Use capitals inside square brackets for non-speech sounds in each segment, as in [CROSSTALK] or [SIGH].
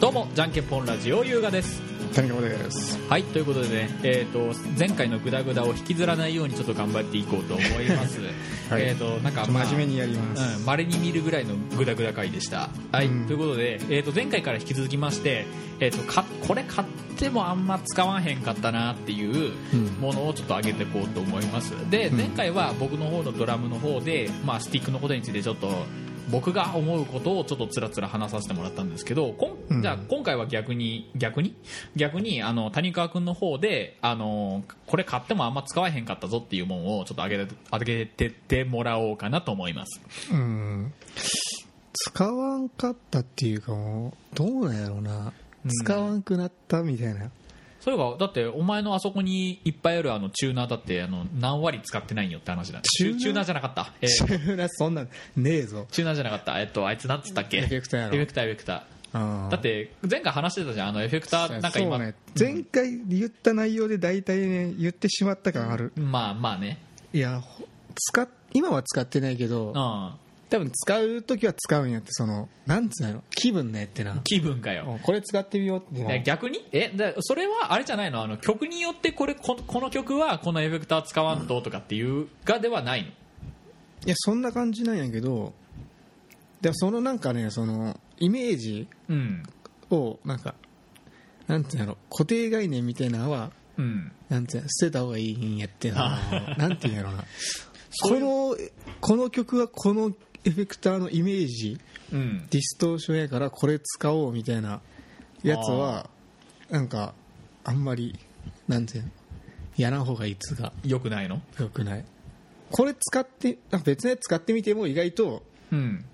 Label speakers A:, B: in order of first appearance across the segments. A: どうもじゃんけんぽんラジオ優雅です
B: 谷川です
A: はいということでね、えー、と前回のグダグダを引きずらないようにちょっと頑張っていこうと思います
B: [LAUGHS] はい
A: えっとなんか、
B: 真面目にやります、
A: まれに見るぐらいのグダグダ回でした、はい
B: うん
A: ということで、えー、と前回から引き続きまして、えー、とかこれ買ってもあんま使わへんかったなっていう
B: うん
A: ものをちょっと上げていこうと思いますで
B: うん
A: 前回は僕の方のドラムの方で、まあ、スティックのことについてちょっと僕が思うことをちょっとつらつら話させてもらったんですけどこ
B: うんん
A: じゃあ今回は逆に逆に逆にあの谷川君の方であのこれ買ってもあんま使わへんかったぞっていうもんをちょっと上げて上げてってもらおうかなと思います
B: うん、使わんかったっていうかもうどうなんやろうな
A: うん
B: 使わんくなったみたいな、
A: そういえばだってお前のあそこにいっぱいあるあのチューナーだってあの何割使ってないんよって話だね
B: チューナー
A: チューナーじゃなかった、えー
B: そんな [LAUGHS] そんなんねえぞ
A: チューナーじゃなかったえっとあいつなんつったっけ
B: エフェクターやろ
A: エフェクターエフェクター
B: だ
A: だって前回話してたじゃんあのエフェクターなんか今、
B: そうね前回言った内容で大体ね言ってしまった感ある
A: まあまあね
B: いやほ使っ今は使ってないけど
A: うん
B: 多分使う時は使うんやってそのなんつうのやろ気分ねってな
A: 気分かよ
B: うんこれ使ってみようって
A: え逆にえだそれはあれじゃないのあの曲によってこれここの曲はこのエフェクター使わんととかっていうがではないの
B: いやそんな感じなんやけどでもそのなんかねそのイメージ
A: うん
B: をなんかなんていうんやろ固定概念みたいなのは
A: うん
B: なんていうんや捨てた方がいいんやってななんていうんやろな
A: [LAUGHS] そう
B: こ
A: いう
B: のこの曲はこのエフェクターのイメージ
A: うん
B: ディストーションやからこれ使おうみたいなやつはなんかあんまりなんていうのやらん方がいいっつうか
A: よくないの
B: よくないこれ使ってあ別のやつ使ってみても意外と
A: うん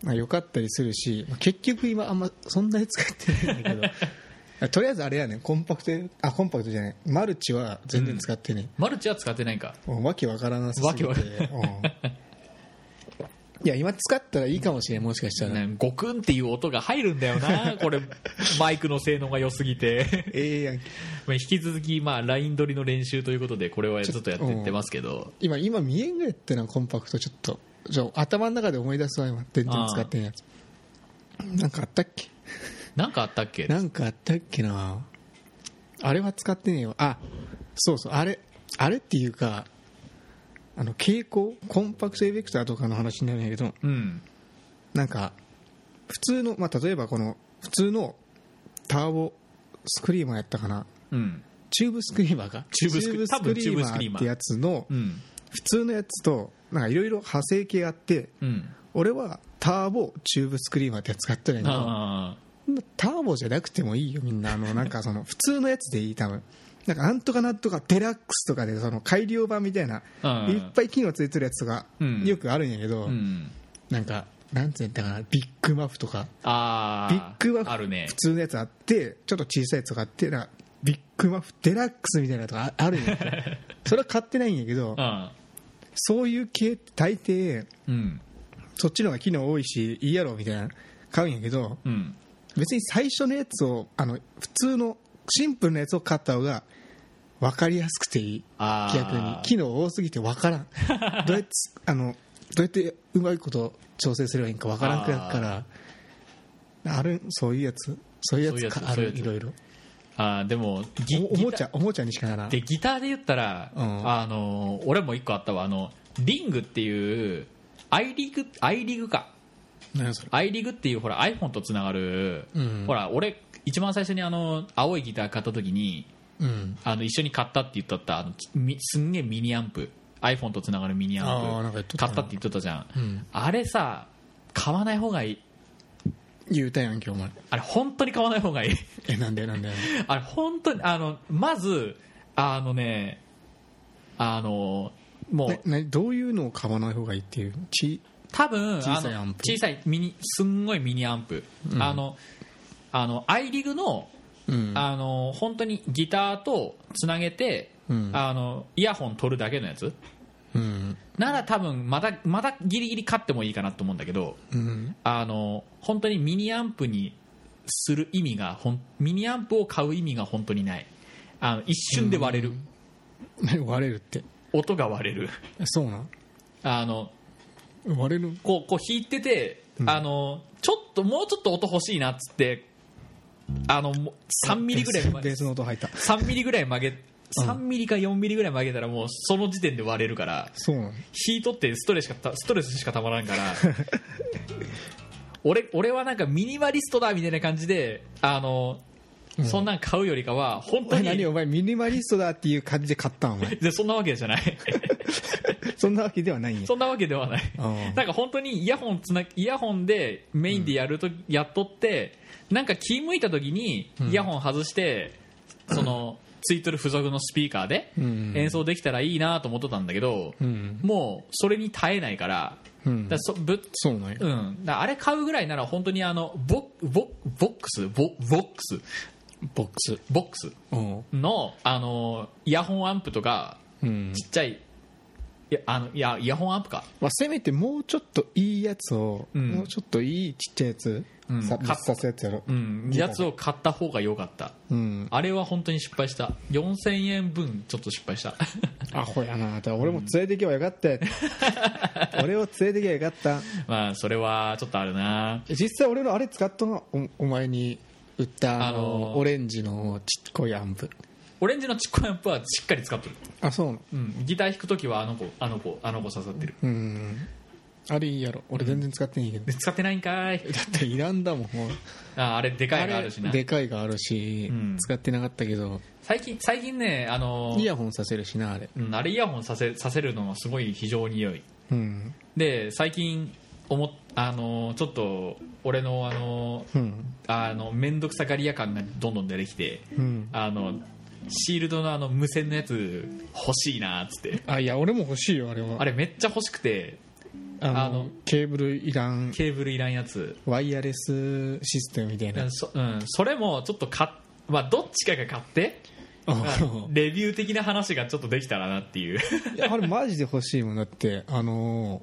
B: まあ、良かったりするし、まあ結局今あんまそんなに使ってないんだけ [LAUGHS] どとりあえずあれやねんコンパクトあコンパクトじゃないマルチは全然使ってね
A: マルチは使ってないか
B: え、もうわけわからなさすぎて
A: わけわ
B: うんいや今使ったらいいかもしれんもしかしたら、
A: ねゴクンっていう音が入るんだよ
B: [LAUGHS]
A: なこれマイクの性能が良すぎて
B: ええやん
A: まあ引き続きまあライン取りの練習ということでこれはずっとやっていってますけど
B: 今今見えんぐらいやってなコンパクトちょっとちょ頭の中で思い出すわ今全然使ってんやつなんかあったっけ
A: なんかあったっけ
B: なんかあったっけなあれは使ってねえよあそうそうあれあれっていうかあの蛍光コンパクトエフェクターとかの話になるんやけど
A: うん
B: なんか普通の、まあ、例えばこの普通のターボスクリーマーやったかな
A: うん
B: チューブスクリーマーか
A: チューブスク多分チューブスクリーマー
B: ってやつの
A: うん
B: 普通のやつとなんかいろいろ派生系あって
A: うん
B: 俺はターボチューブスクリーマーってやつ使ってるんやけど
A: あ
B: ターボじゃなくてもいいよみんなあのなんかその普通のやつでいい多分なんかなんとかなんとかデラックスとかでその改良版みたいな、
A: あ
B: いっぱい機能ついてるやつとか
A: うん
B: よくあるんやけど、
A: うん
B: なんかなんて言ったかなビッグマフとか
A: あ
B: ビッグマフ
A: あるね
B: 普通のやつあってちょっと小さいやつとかあってなんかビッグマフデラックスみたいなのとかああるんや
A: [LAUGHS]
B: それは買ってないんやけど
A: うん
B: そういう系って大抵
A: うん
B: そっちの方が機能多いしいいやろみたいな買うんやけど
A: うん
B: 別に最初のやつをあの普通のシンプルなやつを買った方が分かりやすくていい
A: あー
B: 逆に機能多すぎて
A: [LAUGHS]
B: 分からんどうやってあのどうやってうまいこと調整すればいいんか分からんくなるからあるそういうやつそういうやつかあ
A: そういうや
B: る
A: つ
B: いろいろ
A: あーでもギ
B: おおも
A: ギ
B: ちゃおもちゃにしかなら
A: タ
B: ん
A: でギターで言ったら、
B: うん
A: あの俺も一個あったわあのリングっていうアイリグアイリグか
B: 何それ
A: アイリグっていうほら iPhone とつながる、
B: うん
A: ほら俺一番最初にあの青いギター買った時に
B: うん
A: あの一緒に買ったって言ったったあのみすんげえミニアンプ iPhone とつながるミニア
B: あーな
A: ン
B: んか言っと
A: プ買
B: った
A: っ
B: な
A: たって言っとったじゃん、
B: うん
A: あれさ買わない方がいい
B: 言うたやんけお前
A: あれ本当に買わない方がいい [LAUGHS]
B: えなんでなんでなんで
A: あれ本当にあのまずあのねあのもう
B: ななどういうのを買わない方がいいっていうち
A: 多分
B: 小さい
A: あの
B: アンプ
A: 小さいミニすんごいミニアンプ、あのあのアイリグの
B: うん
A: あの本当にギターとつなげて、
B: うん
A: あのイヤホン取るだけのやつ
B: うん
A: なら多分まだまだギリギリ買ってもいいかなと思うんだけど
B: うん
A: あの本当にミニアンプにする意味がほんミニアンプを買う意味が本当にないあの一瞬で割れる、
B: 何割れるって
A: 音が割れる
B: そうなん
A: あの
B: 割れる
A: こうこう弾いてて、あのちょっともうちょっと音欲しいなっつってあのもう3ミリぐらい曲
B: ベ
A: げ
B: ースの音入った
A: 3ミリぐらい曲げ3ミリか4ミリぐらい曲げたらもうその時点で割れるから
B: そうなの
A: ヒートってストレスしかたストレスしかたまらんから [LAUGHS] 俺俺はなんかミニマリストだみたいな感じであの、そんなん買うよりかは本
B: お
A: 当
B: 前
A: に
B: 何お前ミニマリストだっていう感じで買ったんお
A: [LAUGHS]
B: 前
A: でそんなわけじゃない
B: [LAUGHS] そんなわけではないんや
A: そんなわけではない
B: うん
A: なんか本当にイヤホンつなイヤホンでメインでやると、やっとってなんか気向いた時にイヤホン外して、そのついてる付属のスピーカーで
B: うん
A: 演奏できたらいいなと思ってたんだけど、
B: うん
A: もうそれに耐えないから
B: うん
A: だからそぶ
B: そうなんや
A: うん、だからあれ買うぐらいなら本当にあのボボボックスボボックス
B: ボックス
A: ボックス
B: うん
A: のあのイヤホンアンプとか
B: うん
A: ちっちゃいいやあのいやイヤホンアンプか、
B: まあ、せめてもうちょっといいやつを、
A: うん
B: もうちょっといいちっちゃいやつ、
A: うん
B: さ
A: カッ
B: ぶっ刺すやつやろ
A: うん、やつを買った方が良かった
B: うん
A: あれは本当に失敗した4000円分ちょっと失敗した [LAUGHS]
B: アホやなだから俺も連れてけばよかったよ
A: [LAUGHS]
B: 俺を連れてけばよかった
A: まあそれはちょっとあるな
B: 実際俺のあれ使ったのおお前に売ったあの、
A: あのー
B: オレンジのちっこいアンプ
A: オレンジのちっこいアンプはしっかり使ってる、
B: あそうなの
A: うん、ギター弾く時はあの子あの子あの子刺さってる
B: うんあれいいやろ俺全然使って [LAUGHS] ないけど、
A: で使ってないんかい
B: だっていらんだもんもう
A: ああれでかいのあるしな
B: でかいがあるし、
A: うん
B: 使ってなかったけど
A: 最近最近ねあの
B: イヤホンさせるしなあれ
A: うん、あれイヤホンさせさせるのはすごい非常に良い
B: うん
A: で最近思っあのちょっと俺のあの
B: うん
A: あの面倒くさがり屋感がどんどん出てきて
B: うん
A: あのシールドのあの無線のやつ欲しいなっつって
B: あいや俺も欲しいよあれは
A: あれめっちゃ欲しくて
B: あの
A: あの
B: ケーブルいらん
A: ケーブルいらんやつ
B: ワイヤレスシステムみたいな、
A: そ,、うん、それもちょっと買っまあ、どっちかが買ってまあ
B: あ
A: レビュー的な話がちょっとできたらなっていう
B: いやあれマジで欲しいもんだってあの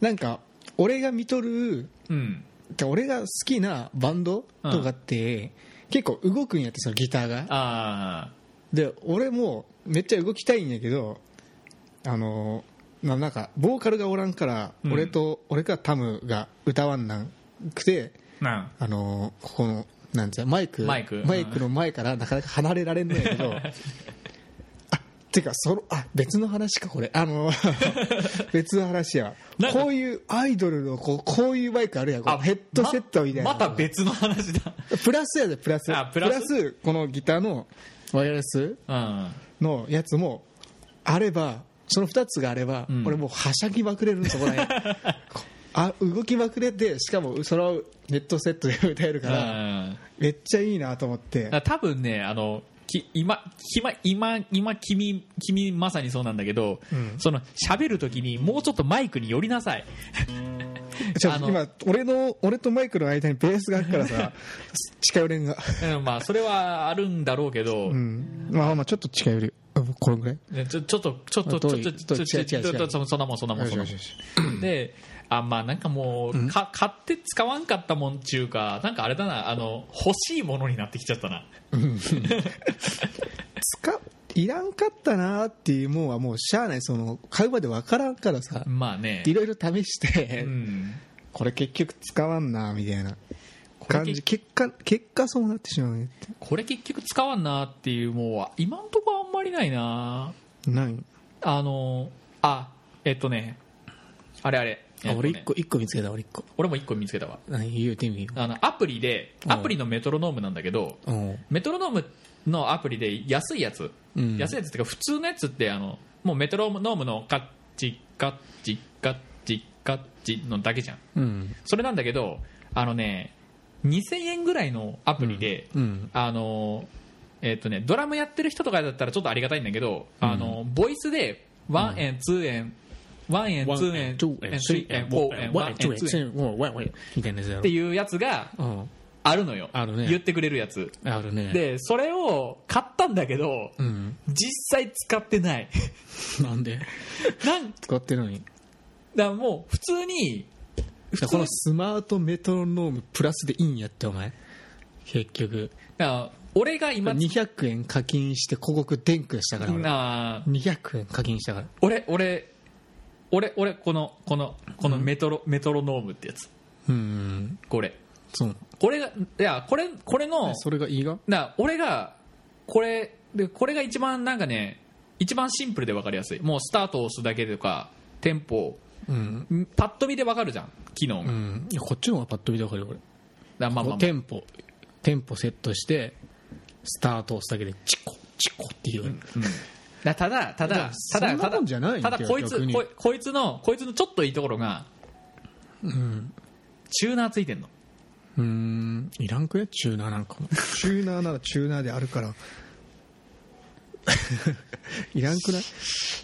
B: ーなんか俺が見とる
A: うん
B: てか俺が好きなバンドとかって、結構動くんやってそのギターが
A: ああ
B: で俺もめっちゃ動きたいんやけどあのーななんかボーカルがおらんから、
A: うん
B: 俺と俺かタムが歌わんなんくて
A: なん
B: あのーここのなんていうのマイク
A: マイク
B: の前からなかなか離れられんのやけ
A: [LAUGHS]
B: どあてかそのあ別の話かこれあの [LAUGHS] ー別の話や
A: なんか
B: こういうアイドルのこうこういうマイクあるやんこうヘッドセットみたいな
A: ままた別の話だ
B: プラスやでプラス
A: あプラス
B: このギターのワイヤレス
A: うん
B: のやつもあればその2つがあれば、
A: うん
B: 俺もうはしゃぎまくれるそこら
A: [LAUGHS]
B: へんこあ動きまくれてしかもそれをネットセットで歌える
A: う
B: から、
A: ん
B: めっちゃいいなと思って
A: だから多分ねあのき今今今今君君まさにそうなんだけど、
B: ん
A: その喋る時にもうちょっとマイクに寄りなさい
B: ちょ
A: あの
B: 今俺の俺とマイクの間にベースがあるか
A: [LAUGHS]
B: らさ近寄れんが、
A: うんまあそれはあるんだろうけど、
B: うん、まあまあちょっと近寄るうんこれぐらい
A: ねちょちょっとちょっとちょ
B: 遠
A: っ
B: い
A: とちょっとちょっと
B: 違う違う違う
A: ちょっとそんなもんそんなもんそんなも
B: よしよ
A: ん
B: し
A: であまあなんかもう、か買って使わんかったもんちゅうかなんかあれだなあの欲しいものになってきちゃったな
B: 使いらんかったなーっていうもんはもうしゃあないその買うまで分からんからさ
A: まあね
B: いろいろ試して、
A: うん
B: これ結局使わんなみたいな
A: れ
B: 感じ結果結果そうなってしまうねっ
A: これ結局使わんなっていうもう今んとこあんまりないな
B: てない
A: あのあえっとねあれあれ、えっとね
B: 一個見つけた俺一個
A: 俺も1個見つけたわ
B: 何言うてみよ
A: あのアプリで
B: うん
A: アプリのメトロノームなんだけど
B: ううん
A: メトロノームのアプリで安いやつ、
B: うん
A: 安いやつっていうか普通のやつってあのもうメトロノームのカッチカッチカッチカッチのだけじゃん
B: うん
A: それなんだけどあのね2000円ぐらいのアプリで、
B: うん
A: あのえっ、とねドラムやってる人とかだったらちょっとありがたいんだけど、あのボイスで1円2円1円2円3円4円1円2円っ
B: みたいなやつや
A: ていうやつが
B: うん
A: あるのよ
B: あるね
A: 言ってくれるやつ
B: あるね
A: でそれを買ったんだけど、
B: うん [LAUGHS]
A: 実際使ってない
B: なんで
A: なん
B: 使ってるのに
A: だもう普通に普通
B: こ
A: に
B: のスマートメトロノームプラスでいいんやってお前結局
A: だ俺が今
B: 200円課金して広告デンクしたから俺
A: な
B: 200円課金したから
A: 俺俺俺俺このこのこのメトロ、メトロノームってやつ
B: うん
A: これ
B: そう
A: 俺がいやこれこれの
B: それがいいが
A: な俺がこれでこれが一番なんかね一番シンプルで分かりやすいもうスタートを押すだけとかテンポ
B: うん、
A: んパッと見で分かるじゃん機能が、
B: う
A: だか
B: ん、いやこっちの方がパッと見たこれこれ、
A: らまあまあまあ
B: テンポテンポセットしてスタート押すだけでチコチコってい
A: う
B: う、
A: んだただただた
B: そ
A: だ
B: ん
A: た
B: な
A: だ
B: もんじゃないんだ
A: た
B: よ
A: だこいつ
B: 逆に
A: こいこいつのこいつのちょっといいところが
B: うん
A: チューナーついてんの
B: うーんいらんくねチューナーなんかも
C: チューナーならチューナーである
B: [LAUGHS]
C: から
B: いらんくない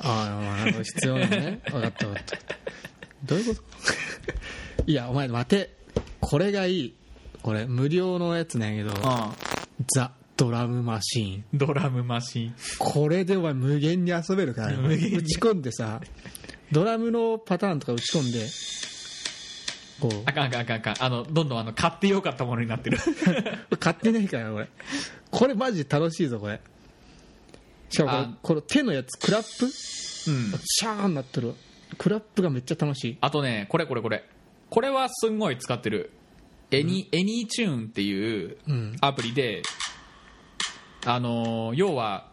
B: ああ必要なの [LAUGHS] ね分かった分かったどういうこといやお前待てこれがいいこれ無料のやつなんやけどザ・ドラムマシーン
A: ドラムマシン
B: これでお前無限に遊べるから
A: 無限に
B: 打ち込んでさドラムのパターンとか打ち込んでこ
A: あかんあかんあかんあかんあのどんどんあの買ってよかったものになってる
B: う買ってないからこれこれマジで楽しいぞこれしかもこれ
A: あ
B: この手のやつクラップ
A: うん
B: シャーンなってるわクラップがめっちゃ楽しい
A: あとねこれこれこれこれはすんごい使ってるエニ,、エニーチューンっていう
B: うん
A: アプリで、あのー要は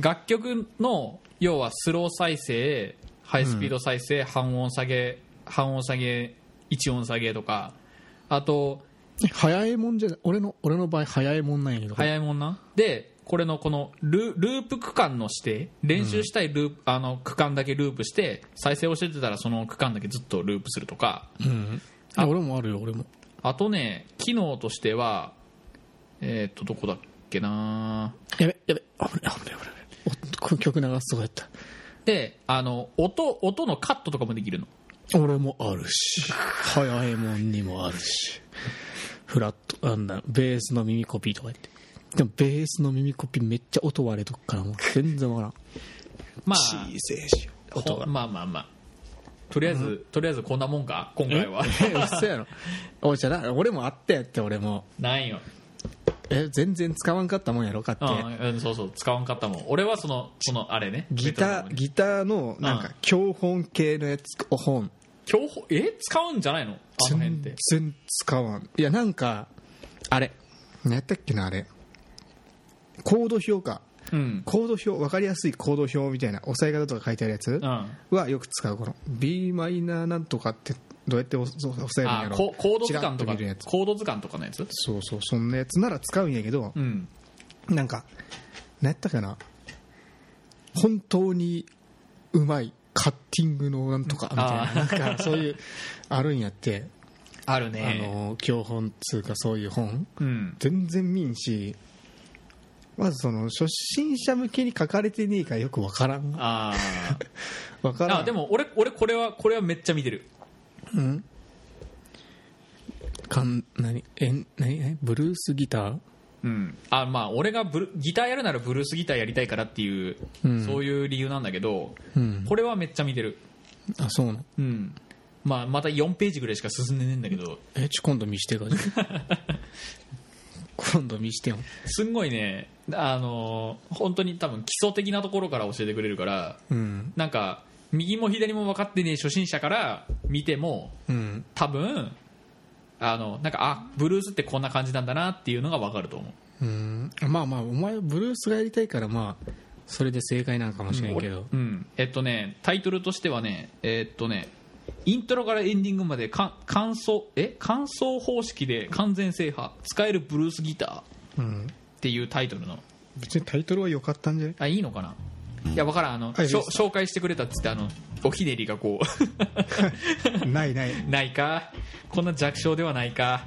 A: 楽曲の要はスロー再生ハイスピード再生、半音下げ半音下げ一音下げとかあと
B: 早いもんじゃない俺の俺の場合早いもんなんやけど
A: 早いもんなでこれのこのルループ区間の指定練習したいループ、あの区間だけループして再生をしてたらその区間だけずっとループするとか
B: うんあ俺もあるよ俺も
A: あとね機能としてはえーっとどこだっけな
B: やべやべ危ない危ない危ないおこの曲流すとこやった
A: であの音音のカットとかもできるの
B: 俺もあるし早いもんにもあるしフラットなんだベースの耳コピーとか言ってでもベースの耳コピーめっちゃ音割れとくからもう全然わからん
A: ま
C: 小せえし
A: あ
B: 音が
A: ほまあまあまあとりあえず、とりあえずこんなもんか今回は
B: 嘘やろおいじゃな俺もあったやって俺も
A: ないよ
B: え全然使わんかったもんやろかって
A: うん、うん、そうそう使わんかったもん俺はそのそのあれね
C: ギター
A: ギ
C: ギターのなん
A: う
C: か
A: ん
C: 教本系のやつ
B: お本
A: 教法え使うんじゃないのあの辺って
C: 全然使わん
B: いやなんかあれ
C: 何やったっけなあれコード表か
A: うん
C: コード表分かりやすいコード表みたいな押さえ方とか書いてあるやつ
A: うん
C: はよく使うこの b マイナーなんとかってどうやって押さ押さえるんや
A: あ
C: ろ
A: ココード図鑑と
C: チラッ
A: か
C: 見るやつ
A: コード図鑑とかのやつ
C: そうそうそんなやつなら使うんやけど
A: うん
C: なんか何やったかな本当にうまいカッティングのなんとかみたいななんかそういう
B: あるん
A: [LAUGHS]
B: やって、
A: ある
B: あの教本つうかそういう本
A: うん
C: 全然見んしまずその初心者向けに書かれてねえからよくわからん
A: ああ
C: [LAUGHS] わからん
A: あでも俺俺これはこれはめっちゃ見てる
B: うんかん何えん何何ブルースギター
A: うんあまあ俺がブルギターやるならブルースギターやりたいからっていう、
B: うん
A: そういう理由なんだけど
B: うん
A: これはめっちゃ見てる
B: あそうなの
A: うんまあまた4ページぐらいしか進んでねえんだけど
B: えちょ今度見してか [LAUGHS] 今度見してよ
A: すんごいねあのー本当に多分基礎的なところから教えてくれるから
B: うん
A: なんか右も左も分かってねえ初心者から見ても
B: うん
A: 多分あのなんかあブルースってこんな感じなんだなっていうのが分かると思う
B: うんまあまあお前ブルースがやりたいからまあそれで正解なのかもしれんけど、
A: うん、えっとねタイトルとしてはねえっとねイントロからエンディングまでか感想え感想方式で完全制覇使えるブルースギターっ
C: うん
A: ていうタイトルの
C: 別にタイトルは良かったん
B: [LAUGHS]
C: じゃない
A: あいいのかないやわからんあの
C: あいい
A: しょ
C: です
A: 紹介してくれたっつってあのおひねりがこ
C: ないないう
A: [LAUGHS] ないかこんな弱小ではないか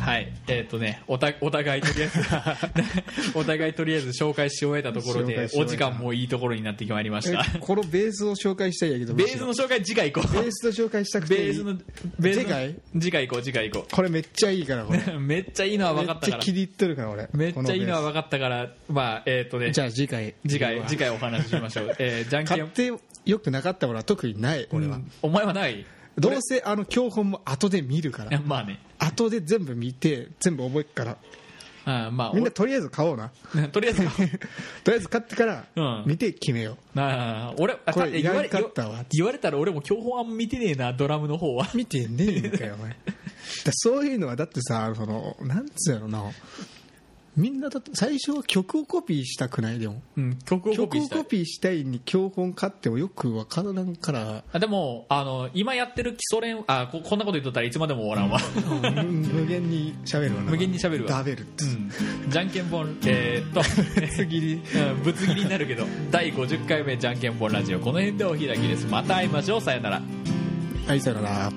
A: はいえっとねおたお互いとりあえず [LAUGHS] お互いとりあえず紹介し終えたところ
C: 紹介
A: で
C: し終
A: お
C: えた
A: 時間もいいところになってきまいりました
C: えこのベースを紹介したいんやけど
A: ベースの
C: むし
A: 紹介次回行こう
C: ろベースの紹介したく
A: ベ
C: ていい
A: ースのベースの
C: 次回
A: 次回行こう次回行こ
C: これめっちゃいいからこれ
A: [LAUGHS] うめっちゃいいのは分かった
C: めっち
A: か
C: ゃ
A: ら
C: 気に入っとるから俺
A: めっちゃいいのは
C: こ
A: 分かったからまあえっ、とね
B: じゃあ次回
A: 次回次回お話ししましょ
B: [LAUGHS]
A: うえー、じゃんけ
C: 買っ
A: ん
C: てよくなかったものは特にない俺は、
A: うんお前はない [LAUGHS]
C: どうせあの教本も後で見るから
A: まあね
C: 後で全部見て全部覚えるから
A: うんまあ
B: みんなとりあえず買お
A: [LAUGHS]
B: うな
A: おとりあえず
B: とりあえず買ってから
A: うん
B: 見て決めよう、
A: なあ俺あ
B: これ
A: た言われ
B: 意外だったわ
A: 言わ言われたら俺も標本あんま見てねえなドラムの方
B: [LAUGHS]
A: は
B: 見てねえんかよお前だそういうのはだってさそのなんつうやろなみんなだって最初は曲をコピーしたくないでも
A: うん曲をコ
B: 曲
A: ピー
B: を
A: したい
B: コピーしたいに教本買ってもよくわからんから
A: あでもあの今やってる基礎練あここんなこと言っとったらいつまでも終わらんわ、
B: うん無限に喋るわな
A: 無限に喋るわ
B: ダベルって、
A: うんじゃんけんぽんえーっとぶつ切り、うん、ぶつ切りになるけど第50回目じゃんけんぽんラジオこの辺でお開きですまた会いましょうさよなら
B: はいさよなら